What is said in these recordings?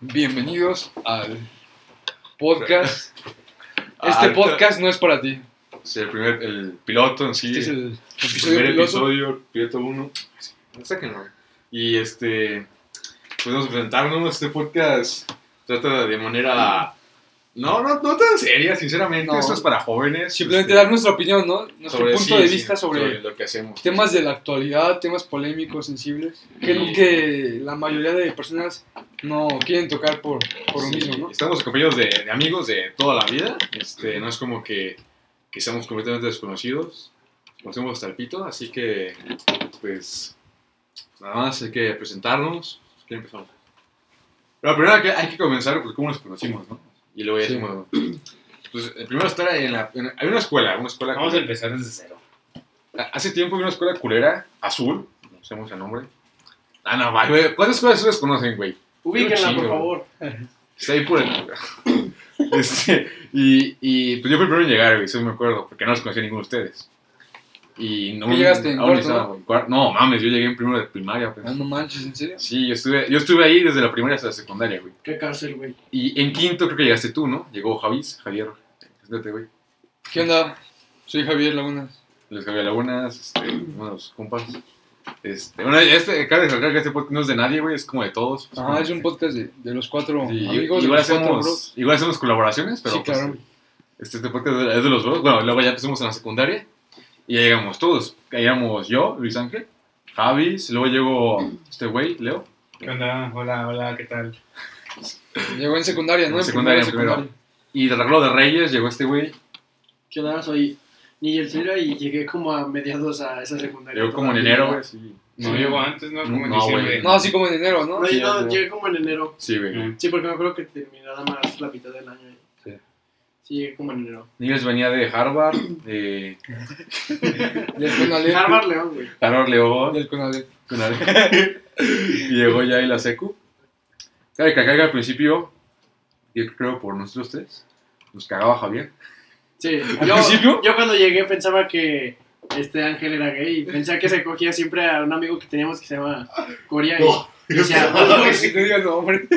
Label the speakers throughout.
Speaker 1: Bienvenidos al podcast. Este
Speaker 2: Alta.
Speaker 1: podcast no es para ti.
Speaker 2: Ah, Sí, el primer, el piloto en sí,
Speaker 1: Este es
Speaker 2: el,
Speaker 1: el episodio
Speaker 2: primer
Speaker 1: piloto.
Speaker 2: episodio, piloto 1. Sáquenlo. Y este, podemos presentarnos, este podcast trata de manera, no, no, no tan seria, sinceramente,
Speaker 1: No.
Speaker 2: esto es para jóvenes.
Speaker 1: Simplemente
Speaker 2: este,
Speaker 1: dar nuestra opinión, ¿no? Nuestro
Speaker 2: sobre-
Speaker 1: punto
Speaker 2: sí,
Speaker 1: de
Speaker 2: sí,
Speaker 1: vista sobre,
Speaker 2: lo que hacemos.
Speaker 1: temas de la actualidad, temas polémicos, sensibles, que,
Speaker 2: Y-
Speaker 1: que la mayoría de personas no quieren tocar por, por lo
Speaker 2: Sí,
Speaker 1: mismo, ¿no?
Speaker 2: Estamos compañeros de, de amigos de toda la vida, este, no es como que, que seamos completamente desconocidos, conocemos hasta el pito, así que, pues, nada más hay que presentarnos, ¿quién empezamos? Pero primero hay que, hay que comenzar por cómo nos conocimos, ¿no? Y luego ya
Speaker 1: Sí.
Speaker 2: decimos, pues, eh, primero estar en la, en- hay una escuela, una escuela,
Speaker 3: Vamos a empezar desde cero.
Speaker 2: hace tiempo había una escuela culera, azul, no sabemos el nombre. Ah, no, va, güey, ¿cuántas escuelas azules conocen, güey?
Speaker 3: Ubíquenla,
Speaker 2: Chingo.
Speaker 3: por favor.
Speaker 2: Está ahí por el. este, y, y pues yo fui el primero en llegar, güey, eso me acuerdo, porque no los conocía ninguno de ustedes. Y no
Speaker 1: ¿Tú
Speaker 2: me-
Speaker 1: llegaste en
Speaker 2: aún
Speaker 1: cuarto,
Speaker 2: estaba,
Speaker 1: no?
Speaker 2: güey, cuar- No, mames, yo llegué en primero de primaria.
Speaker 1: Ah,
Speaker 2: apenas.
Speaker 1: no manches, ¿en serio?
Speaker 2: Sí, yo estuve, yo estuve ahí desde la primaria hasta la secundaria, güey.
Speaker 3: Qué cárcel, güey.
Speaker 2: Y en quinto creo que llegaste tú, ¿no? Llegó Javis, Javier. Espérate, güey.
Speaker 1: ¿Qué onda? Soy Javier Laguna.
Speaker 2: Les Javier Lagunas, este, unos compas. Este, bueno, este, acaba de recalcar que este podcast no es de nadie, güey, es como de todos.
Speaker 1: Ah, es un podcast de, de los cuatro
Speaker 2: Sí,
Speaker 1: amigos, de
Speaker 2: igual,
Speaker 1: los cuatro bros.
Speaker 2: hacemos, igual hacemos colaboraciones, pero
Speaker 1: sí,
Speaker 2: pues,
Speaker 1: claro.
Speaker 2: Este, este podcast es de los dos. Bueno, luego ya empezamos en la secundaria y ya llegamos todos. Ahí éramos yo, Luis Ángel, Javis, luego llegó este güey, Leo.
Speaker 3: ¿Qué onda? Hola, hola, ¿qué tal?
Speaker 1: Llegó en secundaria, ¿no?
Speaker 2: En
Speaker 1: En secundaria,
Speaker 2: secundaria, primero.
Speaker 1: secundaria.
Speaker 2: Y de regalo de Reyes llegó este güey.
Speaker 4: ¿Qué onda? Soy Nigel Cera y llegué como a mediados a esa secundaria.
Speaker 2: Llegó como en
Speaker 4: todavía.
Speaker 2: enero, güey. Sí,
Speaker 3: No
Speaker 1: Sí.
Speaker 3: llegó ¿eh? antes, ¿no? Como en
Speaker 2: No, güey.
Speaker 3: diciembre.
Speaker 1: No, así como en enero, ¿no?
Speaker 4: No,
Speaker 2: Sí,
Speaker 4: no,
Speaker 2: ya.
Speaker 4: llegué como en enero.
Speaker 2: sí güey.
Speaker 3: Mm.
Speaker 4: Sí, porque me acuerdo que terminé nada más la mitad del año.
Speaker 2: Sí.
Speaker 4: Sí. Sí, llegué como en enero.
Speaker 2: Niles venía de Harvard, de
Speaker 1: Del Conalep.
Speaker 4: Harvard León, güey.
Speaker 2: Harvard León.
Speaker 1: Del Conalep.
Speaker 2: con la- y llegó ya ahí la secu. Claro, que acá al principio, yo creo por nosotros tres, nos cagaba Javier.
Speaker 4: Sí.
Speaker 1: ¿Al
Speaker 4: Yo,
Speaker 1: principio?
Speaker 4: yo cuando llegué pensaba que este Ángel era gay. y Pensaba que se cogía siempre a un amigo que teníamos que se llama Coria. Y, y decía, "No,
Speaker 1: No,
Speaker 4: güey".
Speaker 1: si te digo el nombre.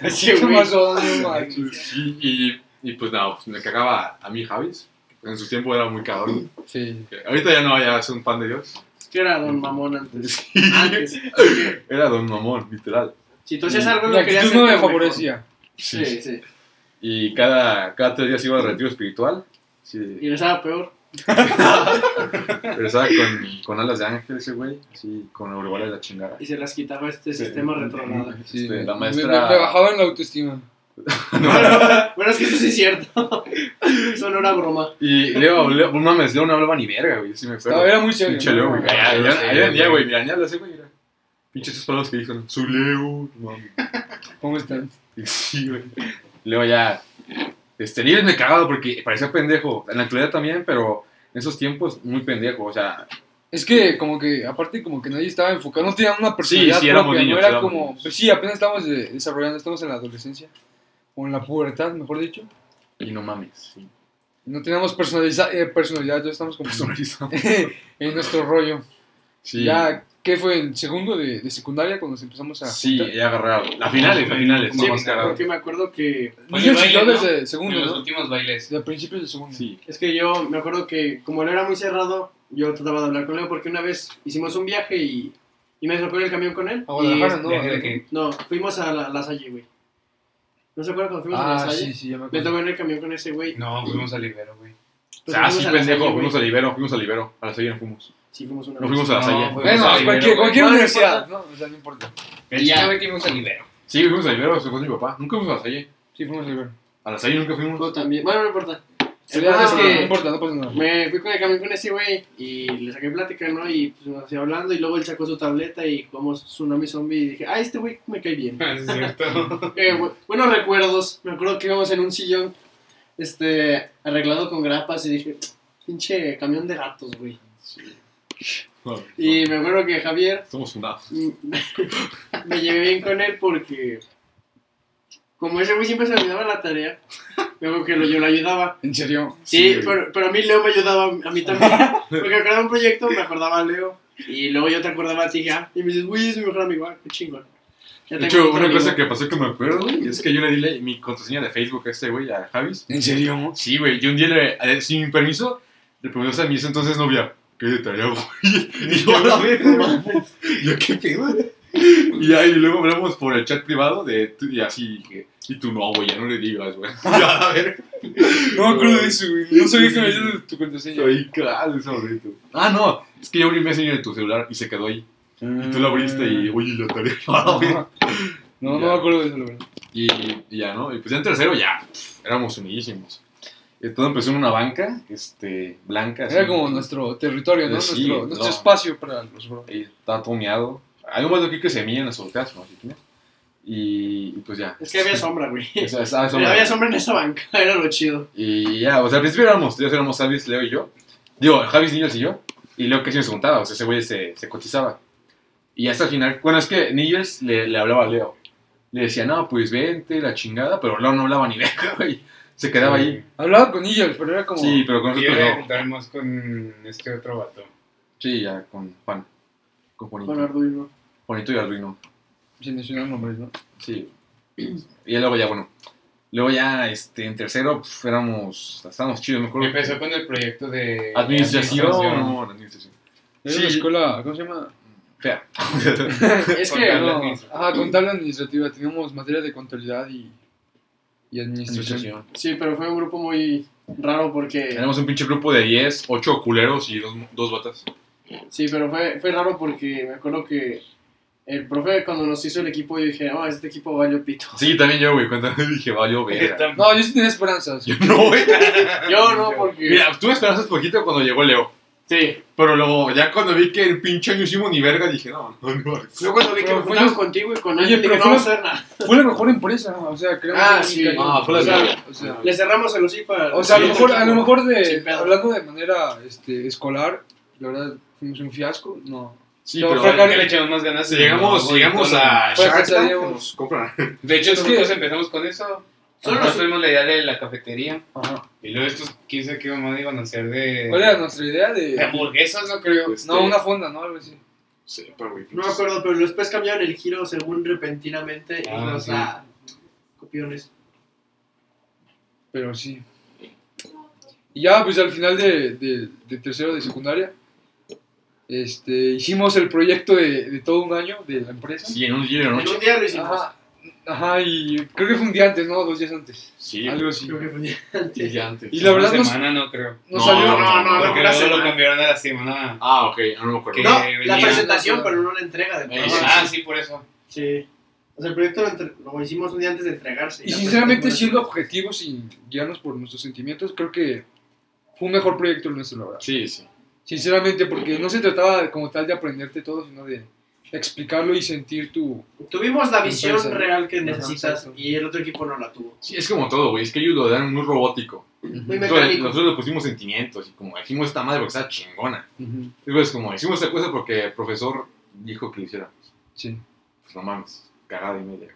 Speaker 1: Así
Speaker 4: Sí,
Speaker 1: que
Speaker 4: güey.
Speaker 1: pasó, no manches.
Speaker 2: Sí, y, y pues nada, pues, me cagaba a mí Javis. En su tiempo era muy cabrón.
Speaker 1: Sí.
Speaker 2: Ahorita ya no, ya es un pan de Dios.
Speaker 4: Es que era don mamón antes.
Speaker 2: Sí.
Speaker 4: Antes. Así que,
Speaker 2: Era don mamón, literal.
Speaker 4: Si tú hacías algo,
Speaker 1: La
Speaker 4: lo querías
Speaker 1: actitud no
Speaker 4: hacer.
Speaker 1: me
Speaker 4: pero mejor.
Speaker 1: favorecía.
Speaker 4: Sí, sí.
Speaker 2: Y cada, cada tres días iba al retiro espiritual. Sí,
Speaker 4: Y estaba peor.
Speaker 2: regresaba con, con alas de ángel ese güey. Sí, con Uruguay de la chingada.
Speaker 4: y se las quitaba este
Speaker 2: Sí.
Speaker 4: sistema retrógrado.
Speaker 1: Sí,
Speaker 2: Este, la
Speaker 1: me-
Speaker 2: maestra-
Speaker 1: me, me bajaba en la autoestima.
Speaker 4: Bueno, es que eso sí es cierto. Eso no era broma.
Speaker 2: Y Leo, Leo, no mames, Leo no hablaba ni verga, güey. Sí, me acuerdo.
Speaker 1: Estaba- era muy serio.
Speaker 2: Pinche
Speaker 1: ¿no?
Speaker 2: Leo, güey.
Speaker 1: Ajá.
Speaker 2: Ya, ya,
Speaker 3: Sí,
Speaker 2: ya venía,
Speaker 3: güey.
Speaker 2: güey. Mira, ya lo sé, güey. mira. Pinche esas palabras que dijo. ¿no? Su Leo, mami.
Speaker 1: ¿Cómo están?
Speaker 2: Sí, güey. Luego ya. Este, Niles me cagaba porque parecía pendejo. En la actualidad también, pero en esos tiempos muy pendejo. O sea,
Speaker 1: Es que como que, aparte como que nadie estaba enfocado, no tenía una personalidad
Speaker 2: sí, éramos
Speaker 1: propia,
Speaker 2: niños,
Speaker 1: no era
Speaker 2: éramos
Speaker 1: como...
Speaker 2: niños.
Speaker 1: pues sí, apenas estamos de- desarrollando, estamos en la adolescencia, o en la pubertad, mejor dicho.
Speaker 2: y no mames. Sí.
Speaker 1: No teníamos personaliza- eh, personalidad, ya estamos como
Speaker 2: Personalizado.
Speaker 1: en nuestro rollo.
Speaker 2: Sí.
Speaker 1: Ya, ¿qué fue? ¿En segundo de, de secundaria cuando nos empezamos a
Speaker 2: Sí,
Speaker 1: juntar?
Speaker 2: ya agarraba. Las finales, las finales.
Speaker 3: Sí,
Speaker 2: no más cagado.
Speaker 4: Porque me acuerdo que.
Speaker 1: Pues
Speaker 3: Oye,
Speaker 1: yo sí, yo
Speaker 3: baile, ¿no?
Speaker 1: desde
Speaker 3: En
Speaker 1: segundo,
Speaker 3: los
Speaker 1: ¿no?
Speaker 3: últimos bailes.
Speaker 1: De principios de segundo.
Speaker 2: Sí.
Speaker 4: Es que yo me acuerdo que, como él era muy cerrado, yo trataba de hablar con Leo porque una vez hicimos un viaje y, y me sacó en el camión con él.
Speaker 1: A Guadalajara,
Speaker 4: Y-
Speaker 1: ¿no?
Speaker 3: Viaje de que-
Speaker 4: Ah, No, fuimos a la, la Salle, güey. ¿No se acuerdan cuando fuimos a
Speaker 1: Ah,
Speaker 4: la Salle?
Speaker 1: sí, sí, ya me
Speaker 4: Me
Speaker 1: acuerdo.
Speaker 4: tocó en el camión con ese güey.
Speaker 3: No, fuimos al Ibero, güey.
Speaker 2: O
Speaker 4: Entonces
Speaker 2: sea,
Speaker 4: fuimos
Speaker 2: Ah, sí,
Speaker 4: a la
Speaker 2: pendejo.
Speaker 4: Salle, güey.
Speaker 2: Fuimos al Ibero, fuimos al Ibero. A la Salle no fuimos.
Speaker 4: Sí, fuimos
Speaker 2: No
Speaker 4: una vez.
Speaker 2: fuimos a la
Speaker 3: No,
Speaker 2: Salle.
Speaker 3: fuimos
Speaker 1: Bueno,
Speaker 2: Fuimos a la
Speaker 3: al
Speaker 2: Ibero,
Speaker 1: cualquier,
Speaker 2: güey.
Speaker 1: cualquier
Speaker 4: No, no
Speaker 1: universidad, ¿no? O sea, no importa.
Speaker 3: El
Speaker 4: Ya.
Speaker 3: día, güey, que fuimos al Ibero.
Speaker 2: Sí, fuimos al Ibero, se fue con mi papá. Nunca fuimos a la Salle.
Speaker 1: Sí, fuimos al ver.
Speaker 2: A la Salle nunca
Speaker 4: No,
Speaker 2: fuimos.
Speaker 4: también. Bueno, no importa.
Speaker 1: Sí,
Speaker 4: El
Speaker 1: la
Speaker 4: punto
Speaker 1: verdad
Speaker 4: es
Speaker 1: es que no
Speaker 4: que
Speaker 1: importa, no pasa nada.
Speaker 4: Me fui con el camión con ese güey y le saqué plática, ¿no? Y pues, nos hacía hablando y luego él sacó su tableta y jugamos Tsunami Zombie y dije, ah, este güey me cae bien.
Speaker 3: Ah, sí, es cierto.
Speaker 4: Eh, bu- buenos recuerdos, me acuerdo que íbamos en un sillón este, arreglado con grapas y dije, pinche camión de gatos, güey.
Speaker 2: Sí.
Speaker 4: Y me acuerdo que Javier
Speaker 2: Somos fundados.
Speaker 4: mm, me llevé bien con él porque como ese güey siempre se olvidaba la tarea, me acuerdo que lo- yo lo ayudaba.
Speaker 1: En serio.
Speaker 2: Sí,
Speaker 4: Sí,
Speaker 2: güey.
Speaker 4: pero, pero a mí Leo me ayudaba, a mí también. Porque acordaba un proyecto, me acordaba a Leo. Y luego yo te acordaba a ti, ya. Y me dices, uy, es mi mejor amigo, ah, qué chingón. Ya
Speaker 2: De
Speaker 4: tengo
Speaker 2: hecho,
Speaker 4: otro
Speaker 2: una
Speaker 4: amigo.
Speaker 2: cosa que pasó que me acuerdo, güey, es que yo le di la- mi contraseña de Facebook a este güey, a Javis.
Speaker 1: ¿En serio?
Speaker 2: Sí, güey, yo un día le, eh, sin permiso, le pregunté a mi esa entonces novia, ¿qué de tarea, güey? Y yo, a la verga, yo, ¿qué pedo? Y ahí luego hablamos por el chat privado de, tú- y así, dije, y tú no, güey, ya no le digas, güey. Ya, a ver,
Speaker 1: No me acuerdo de eso, güey. No sabía que me habías tu contraseña.
Speaker 2: ahí, claro, ese momento. Ah, no, es que yo abrí Messenger de tu celular y se quedó ahí. Y tú lo abriste y, oye, la tarea, a la verga.
Speaker 1: No, no me acuerdo de eso, la verdad.
Speaker 2: Y, y ya, ¿no? Y pues ya en tercero ya, pf, éramos unidísimos. Y todo empezó en una banca, este, blanca.
Speaker 1: Era
Speaker 2: así,
Speaker 1: como nuestro territorio, ¿no?
Speaker 2: Eh, Sí,
Speaker 1: nuestro nuestro
Speaker 2: no.
Speaker 1: espacio para los bro.
Speaker 2: ahí Estaba todo meado. Algo más de aquí que semilla en las volteas, ¿no? Así que, ¿no? Y, y pues ya.
Speaker 4: Es que había sombra, güey.
Speaker 2: O sea, estaba sombra.
Speaker 4: Había sombra en esa banca, era lo chido.
Speaker 2: Y ya, o sea, al principio éramos, ya éramos Javis, Leo y yo. Digo, Javis, Niños y yo. Y Leo casi nos juntaba, o sea, ese güey se, se cotizaba. Y hasta el final, bueno, es que Niños le, le hablaba a Leo. Le decía, no, pues vente, la chingada, pero Leo no hablaba ni verga, güey. Se quedaba ahí.
Speaker 1: Hablaba con ellos, pero era como.
Speaker 2: Sí, pero con
Speaker 3: Y
Speaker 2: nosotros
Speaker 3: ahora
Speaker 2: no.
Speaker 3: juntarnos con este otro vato.
Speaker 2: Sí, ya con Juan. Con Juanito.
Speaker 4: Con Arduino.
Speaker 2: Juanito y Arduino.
Speaker 1: Sin mencionar nombres, ¿no?
Speaker 2: Sí. Y ya luego ya, bueno. Luego ya, este, en tercero, pues, éramos, estábamos chidos, me acuerdo.
Speaker 3: Empezó con el proyecto de
Speaker 2: Administración.
Speaker 3: administración.
Speaker 2: administración.
Speaker 1: Era
Speaker 2: Sí.
Speaker 1: una escuela, ¿cómo se llama?
Speaker 2: Fea.
Speaker 4: Es
Speaker 3: Con
Speaker 4: que
Speaker 3: Arduino.
Speaker 1: No,
Speaker 3: administrativa.
Speaker 1: ajá, contable administrativa. Teníamos materia de contabilidad y, y administración.
Speaker 2: Administración.
Speaker 4: Sí, pero fue un grupo muy raro porque.
Speaker 2: Tenemos un pinche grupo de 10, 8 culeros y dos, dos batas.
Speaker 4: Sí, pero fue, fue raro porque me acuerdo que el profe cuando nos hizo el equipo yo dije, oh, este equipo valió pito.
Speaker 2: Sí, también yo, güey, cuando dije, valió verga.
Speaker 1: No, yo sí tenía esperanzas.
Speaker 2: Yo no, güey.
Speaker 4: Yo no, porque.
Speaker 2: Mira, tuve esperanzas poquito cuando llegó Leo.
Speaker 4: Sí.
Speaker 2: Pero luego, ya cuando vi que el pinche año hicimos ni verga, dije, no, no, no.
Speaker 4: Yo cuando vi que
Speaker 1: Pero
Speaker 4: me juntamos
Speaker 1: fue-
Speaker 4: contigo y con
Speaker 1: Oye,
Speaker 4: Ángel, dije,
Speaker 1: pero
Speaker 4: no
Speaker 1: fue-
Speaker 4: vamos a hacer nada.
Speaker 1: Fue la mejor empresa, o sea, creamos
Speaker 4: Ah,
Speaker 1: un
Speaker 4: sí.
Speaker 1: cañón.
Speaker 2: Ah, fue la
Speaker 1: o sea,
Speaker 2: mejor.
Speaker 1: o sea,
Speaker 4: Le cerramos el hocico al-
Speaker 1: o sea, a lo
Speaker 4: Sí,
Speaker 1: mejor, a
Speaker 4: equipo.
Speaker 1: lo mejor
Speaker 4: Sin
Speaker 1: de,
Speaker 4: pedo.
Speaker 1: hablando de manera este, escolar, la verdad, fuimos un fiasco. No.
Speaker 2: Sí,
Speaker 1: No,
Speaker 2: pero
Speaker 1: fue
Speaker 3: Creo que le echamos más ganas.
Speaker 2: Si llegamos,
Speaker 3: No,
Speaker 2: si llegamos
Speaker 3: no,
Speaker 2: a
Speaker 1: Fue
Speaker 2: Shark Tank,
Speaker 1: Tank.
Speaker 2: nos compran.
Speaker 3: De hecho,
Speaker 1: Es que-
Speaker 3: nosotros empezamos con eso. Solo
Speaker 1: Ajá.
Speaker 3: nos tuvimos la idea de la cafetería.
Speaker 1: Ajá.
Speaker 3: Y luego estos 15 que mamá iban a hacer de.
Speaker 1: ¿Cuál era nuestra idea
Speaker 3: de
Speaker 1: de.?
Speaker 3: hamburguesas, no creo.
Speaker 2: Eh, Este,
Speaker 1: No, una fonda, ¿no? Algo así.
Speaker 2: Sí, pero güey.
Speaker 4: No me acuerdo, pero después cambiaron el giro según repentinamente y
Speaker 3: Ah,
Speaker 4: nos
Speaker 3: sí.
Speaker 4: da copiones.
Speaker 1: Pero sí. Y ya, pues al final de, de, de tercero de secundaria, este, hicimos el proyecto de, de todo un año de la empresa.
Speaker 2: Sí, en un día de
Speaker 4: En
Speaker 2: noche.
Speaker 4: un día lo hicimos.
Speaker 1: Ajá, ajá, y creo que fue un día antes, ¿no? Dos días antes.
Speaker 2: Sí,
Speaker 1: Algo así.
Speaker 4: Creo que fue un día
Speaker 2: y
Speaker 4: antes.
Speaker 2: ya antes.
Speaker 1: Y la verdad
Speaker 3: Una
Speaker 1: nos,
Speaker 3: semana, no creo.
Speaker 1: nos
Speaker 2: No,
Speaker 1: salió...
Speaker 2: no, no, no,
Speaker 3: Porque
Speaker 4: una
Speaker 3: luego lo
Speaker 4: semana.
Speaker 3: cambiaron a la semana.
Speaker 2: Ah, ok, no me acuerdo.
Speaker 3: Que
Speaker 4: No, la
Speaker 3: venía-
Speaker 4: presentación, pero no la entrega de
Speaker 2: Eh,
Speaker 4: programa.
Speaker 3: Ah, sí, por eso.
Speaker 4: Sí. O sea, el proyecto lo, entre- lo hicimos un día antes de entregarse.
Speaker 1: Y
Speaker 4: La
Speaker 1: sinceramente,
Speaker 4: presentación-
Speaker 1: siendo objetivos y guiarnos por nuestros sentimientos, creo que fue un mejor proyecto el nuestro, la verdad.
Speaker 2: Sí, sí.
Speaker 1: Sinceramente, porque no se trataba como tal de aprenderte todo, sino de explicarlo y sentir tu...
Speaker 4: Tuvimos la visión
Speaker 1: Entonces,
Speaker 4: real que
Speaker 1: ajá,
Speaker 4: necesitas
Speaker 1: exacto.
Speaker 4: y el otro equipo no la tuvo.
Speaker 2: Sí, es como todo, güey. Es que ellos lo dan muy robótico.
Speaker 4: Muy
Speaker 2: Nosotros,
Speaker 4: mecánico.
Speaker 2: nosotros le pusimos sentimientos y como dijimos esta madre porque estaba chingona.
Speaker 1: Ujú,
Speaker 2: Y pues como hicimos esta cosa porque el profesor dijo que lo hiciéramos.
Speaker 1: Sí.
Speaker 2: Pues no mames, cagada y media.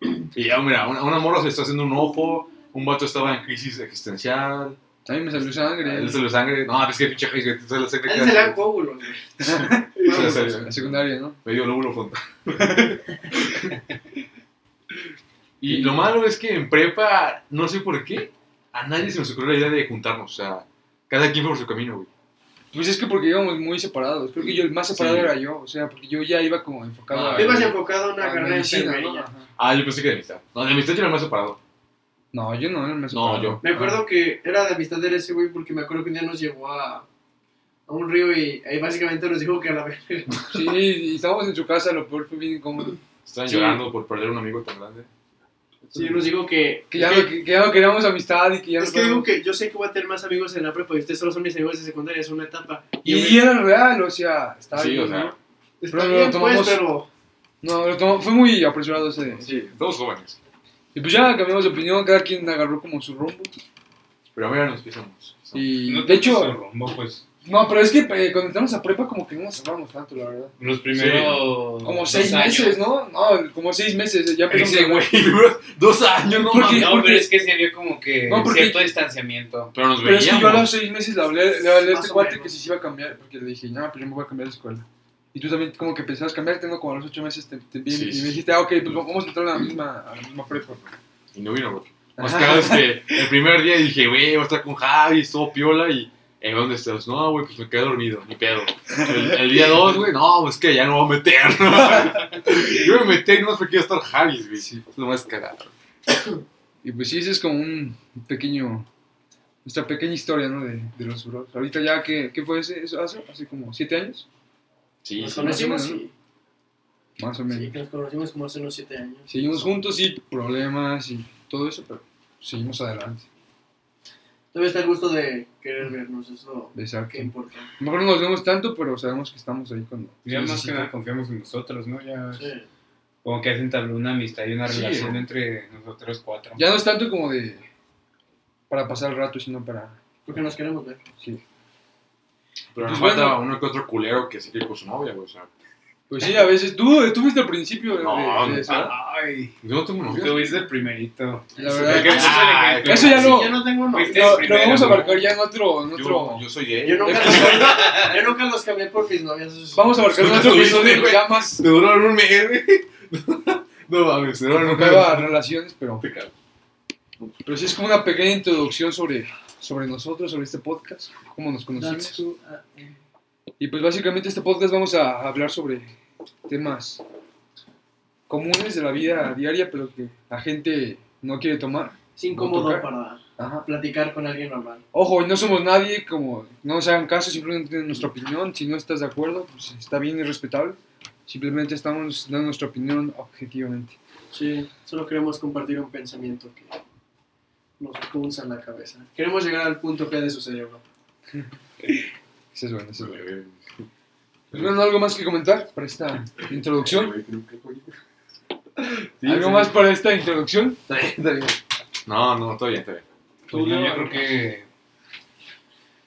Speaker 2: güey. Y ya, mira, una, una morra se está haciendo un ojo, un vato estaba en crisis existencial,
Speaker 1: A mí me salió
Speaker 2: a
Speaker 1: sangre.
Speaker 2: él se le sangre. No, es que pinche Javis, que te sale la sangre.
Speaker 4: A él
Speaker 2: cada-
Speaker 4: se le dan coágulos, güey.
Speaker 2: Sí, sí, sí.
Speaker 1: En la secundaria, ¿no?
Speaker 2: medio lóbulo frontal. y lo malo es que en prepa, no sé por qué, a nadie se nos ocurrió la idea de juntarnos. O sea, cada quien fue por su camino, güey.
Speaker 1: Pues es que porque íbamos muy separados. Creo que yo el más separado
Speaker 2: Sí.
Speaker 1: era yo. O sea, porque yo ya iba como enfocado
Speaker 2: Ah,
Speaker 1: a,
Speaker 4: Tú ibas
Speaker 2: güey.
Speaker 4: enfocado a una
Speaker 1: a
Speaker 4: carrera de
Speaker 1: medicina, ¿no?
Speaker 4: enfermería.
Speaker 1: Ajá.
Speaker 2: Ah, yo pensé que de amistad. No, de amistad yo era el más separado.
Speaker 1: No, yo no era el más
Speaker 2: No, yo.
Speaker 4: Me acuerdo que era de amistad de ese güey porque me acuerdo que un día nos llevó a, a un río y ahí básicamente nos dijo que a la verga.
Speaker 1: Ah, Sí, y estábamos en su casa, lo peor fue bien incómodo.
Speaker 2: Estaban
Speaker 4: Sí.
Speaker 2: llorando por perder un amigo tan grande.
Speaker 4: Sí, nos dijo que...
Speaker 1: Que ya, no, que, que ya no queríamos amistad y que ya
Speaker 4: es
Speaker 1: no
Speaker 4: que digo
Speaker 1: queríamos-
Speaker 4: que yo sé que voy a tener más amigos en la prepa y ustedes solo son mis amigos de secundaria, es una etapa.
Speaker 1: Y, y era real, o sea, estaba
Speaker 2: sí,
Speaker 1: bien,
Speaker 2: o sea,
Speaker 1: ¿no?
Speaker 4: Está
Speaker 1: pero lo
Speaker 4: bien,
Speaker 1: tomamos-
Speaker 4: pues, pero...
Speaker 1: No, lo tomó- fue muy apresurado ese.
Speaker 2: sí, todos jóvenes.
Speaker 1: Y pues ya cambiamos de opinión, cada quien agarró como su rumbo.
Speaker 2: Pero mira, nos pisamos.
Speaker 1: Y
Speaker 3: No
Speaker 1: de
Speaker 3: su
Speaker 1: hecho,
Speaker 3: rumbo, pues.
Speaker 1: no, pero es que eh, cuando entramos a prepa como que no nos cerramos tanto, la verdad.
Speaker 3: Los primeros.
Speaker 1: Como
Speaker 3: dos
Speaker 1: seis
Speaker 3: años.
Speaker 1: meses, ¿no? No, como seis meses, ya empezamos
Speaker 2: Ese
Speaker 1: a hablar.
Speaker 2: güey, bro, dos años, no
Speaker 1: ¿Por qué?
Speaker 2: mames.
Speaker 3: No,
Speaker 1: porque-
Speaker 3: pero es que se vio como que
Speaker 1: No, porque-
Speaker 3: cierto distanciamiento.
Speaker 2: Pero nos
Speaker 1: Pero es que yo a los
Speaker 2: veíamos.
Speaker 1: seis meses le hablé, le hablé a
Speaker 4: Más
Speaker 1: este
Speaker 4: o
Speaker 1: cuate
Speaker 4: menos.
Speaker 1: que si se iba a cambiar, porque le dije, no, pero yo me voy a cambiar de escuela. Y tú también como que pensabas cambiarte, ¿no? Como a los ocho meses te, te vi
Speaker 2: Sí,
Speaker 1: y
Speaker 2: sí.
Speaker 1: me dijiste, ah, ok, pues vamos a entrar a la misma, a la misma prepa.
Speaker 2: Y no vino, bro. Más claro es que el primer día dije, güey, voy a estar con Javi, estuvo piola y. Eh, ¿dónde estás? No, güey, pues me quedé dormido, ni pedo. El, el día dos, güey, no, pues es que ya no voy a meter. Yo me metí nomás porque iba a estar Javis, güey. Sí, nomás cagado.
Speaker 1: Y pues sí, ese es como un pequeño, nuestra pequeña historia, ¿no? De, de los bros. Ahorita ya, ¿qué, qué fue ese, eso hace? ¿Hace como siete años?
Speaker 2: Sí,
Speaker 4: Nos
Speaker 2: sí.
Speaker 4: conocimos,
Speaker 1: más o menos,
Speaker 4: sí.
Speaker 1: Más o menos.
Speaker 4: Sí, que nos conocimos como hace unos 7 años.
Speaker 1: Seguimos juntos y problemas y todo eso, pero seguimos adelante.
Speaker 4: Todavía está el gusto de querer vernos, es lo
Speaker 1: Exacto.
Speaker 4: que importa.
Speaker 1: A lo mejor no nos vemos tanto, pero sabemos que estamos ahí cuando... se
Speaker 3: Ya más que
Speaker 1: necesita.
Speaker 3: nada confiamos en nosotros, ¿no? Ya
Speaker 4: Sí.
Speaker 3: como que se entabló una amistad y una
Speaker 2: Sí,
Speaker 3: relación
Speaker 2: ¿no?
Speaker 3: entre nosotros cuatro.
Speaker 1: Ya no es tanto como de... Para pasar el rato, sino para...
Speaker 4: Porque nos queremos ver.
Speaker 1: Sí.
Speaker 2: Pero
Speaker 1: Pues
Speaker 2: nos falta
Speaker 1: bueno.
Speaker 2: uno que otro culero que se quiere con su novia, güey. O sea,
Speaker 1: Pues sí, a veces... Tú, tú fuiste al principio de,
Speaker 2: No,
Speaker 1: de- de eso, ¿no?
Speaker 3: Ay,
Speaker 2: yo no tengo novia.
Speaker 3: tú viste el primerito.
Speaker 1: La
Speaker 2: ¿De
Speaker 1: verdad...
Speaker 2: qué
Speaker 1: que-
Speaker 2: Ah,
Speaker 3: Ese es
Speaker 1: eso
Speaker 3: el ejemplo.
Speaker 1: ya
Speaker 4: Sí,
Speaker 1: no-
Speaker 4: ya no tengo novia.
Speaker 3: Fuiste
Speaker 1: Lo,
Speaker 3: el
Speaker 1: lo vamos a
Speaker 3: Este primero,
Speaker 1: marcar ya en otro... En otro...
Speaker 2: Yo, yo soy gay.
Speaker 4: Yo nunca, los cambié, yo nunca los cambié por mis novias. eso sí.
Speaker 1: Vamos a marcar en
Speaker 2: Tú
Speaker 1: otro
Speaker 2: estuviste,
Speaker 1: episodio
Speaker 2: güey.
Speaker 1: ya más...
Speaker 2: Te duraron un mes, güey. No mames, te duraron un mes.
Speaker 1: Nuevas relaciones, pero...
Speaker 2: Te cago.
Speaker 1: Pero sí es como una pequeña introducción sobre, sobre nosotros, sobre este podcast, cómo nos
Speaker 4: That's uh, eh,
Speaker 1: conocimos.
Speaker 4: who I am.
Speaker 1: Y pues básicamente este podcast vamos a hablar sobre temas comunes de la vida diaria, pero que la gente no quiere tomar.
Speaker 4: Es incómodo
Speaker 1: tocar.
Speaker 4: para
Speaker 1: Ajá.
Speaker 4: platicar con alguien normal.
Speaker 1: Ojo, y no somos nadie, como no nos hagan caso, simplemente de nuestra opinión. Si no estás de acuerdo, pues está bien y respetable. Simplemente estamos dando nuestra opinión objetivamente.
Speaker 4: Sí, solo queremos compartir un pensamiento que nos punza en la cabeza. Queremos llegar al punto G de su cerebro.
Speaker 1: Eso es bueno, eso es bueno.
Speaker 2: Güey,
Speaker 1: Pues bueno, ¿algo más que comentar para esta introducción?
Speaker 2: güey, nunca, güey. Sí,
Speaker 1: ¿Algo
Speaker 2: sí.
Speaker 1: más para esta introducción?
Speaker 2: Está bien, está bien. No, no, todo bien, está bien.
Speaker 3: Pues
Speaker 1: Tú,
Speaker 3: yo,
Speaker 1: Leo,
Speaker 3: yo creo que,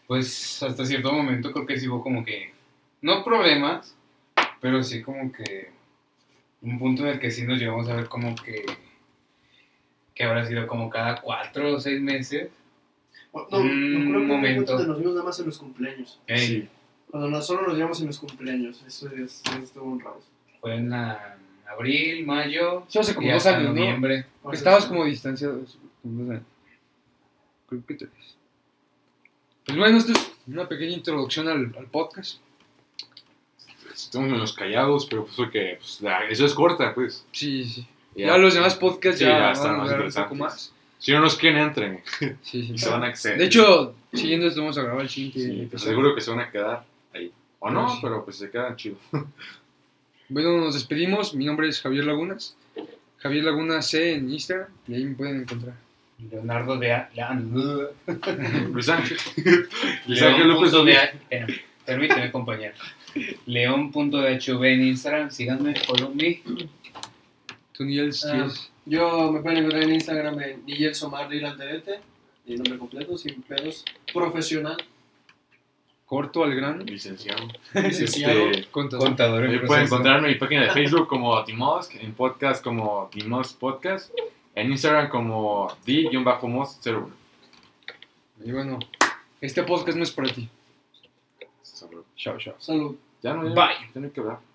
Speaker 3: pues hasta cierto momento creo que sí hubo como que, no problemas, pero sí como que un punto en el que sí nos llevamos a ver como que, que habrá sido como cada cuatro o seis meses.
Speaker 4: O- No,
Speaker 3: Mm,
Speaker 4: no creo que
Speaker 3: momento.
Speaker 4: muchos de nos vimos nada más en los cumpleaños.
Speaker 3: Ey,
Speaker 2: Sí.
Speaker 4: Cuando no, solo nos llevamos en los cumpleaños. Eso es, es todo un round.
Speaker 3: Fue en la- abril, mayo
Speaker 1: Eso hace como
Speaker 3: y
Speaker 1: dos
Speaker 3: hasta
Speaker 1: años, ¿no?
Speaker 3: noviembre.
Speaker 4: O
Speaker 1: Que
Speaker 4: sea,
Speaker 1: estabas como distanciados. como dos años. Creo que tres. Pues bueno, esto es una pequeña introducción al, al podcast.
Speaker 2: pues, Estamos en los callados, pero pues que pues, la- eso es corta, pues.
Speaker 1: Sí, sí. Ya, los demás podcasts
Speaker 2: Sí,
Speaker 1: ya,
Speaker 2: ya
Speaker 1: van a
Speaker 2: están más
Speaker 1: durar un poco
Speaker 2: interesantes.
Speaker 1: más.
Speaker 2: Si no nos quieren, entren.
Speaker 1: Sí, sí.
Speaker 2: Y se van a acceder. pues,
Speaker 1: De hecho, siguiendo esto vamos a grabar el siguiente episodio.
Speaker 2: seguro que se van a quedar ahí. O
Speaker 1: Pero
Speaker 2: no,
Speaker 1: pues, sí.
Speaker 2: pero pues se quedan chidos.
Speaker 1: Bueno, nos despedimos. Mi nombre es Javier Lagunas. Javier Lagunas C en Instagram. Y ahí me pueden encontrar.
Speaker 3: Leonardo de A- León-
Speaker 2: Luis Ángel. Luis Ángel
Speaker 3: León
Speaker 2: López
Speaker 3: punto de
Speaker 2: Obispo.
Speaker 3: A- espérame, Permíteme, compañero. León.dhv en Instagram, síganme, follow me.
Speaker 1: Tú, Niels,
Speaker 4: Ah.
Speaker 1: ¿quieres?
Speaker 4: Yo me pueden encontrar en Instagram en Nigel Somar Lil Alderete. Mi nombre completo, sin pedos. Profesional.
Speaker 1: corto al grano.
Speaker 2: Licenciado.
Speaker 4: Licenciado.
Speaker 2: Este,
Speaker 1: Contador.
Speaker 3: Contador en
Speaker 2: Ahí pueden
Speaker 3: proceso.
Speaker 2: encontrar en mi página de Facebook como Timos, en podcast como Timos Podcast, en Instagram como D-Mos01.
Speaker 1: Y bueno, este podcast no es para ti.
Speaker 2: Salud.
Speaker 1: Chao, chao.
Speaker 4: Salud.
Speaker 2: Ya no, ya,
Speaker 3: Bye.
Speaker 2: ya no hay que hablar.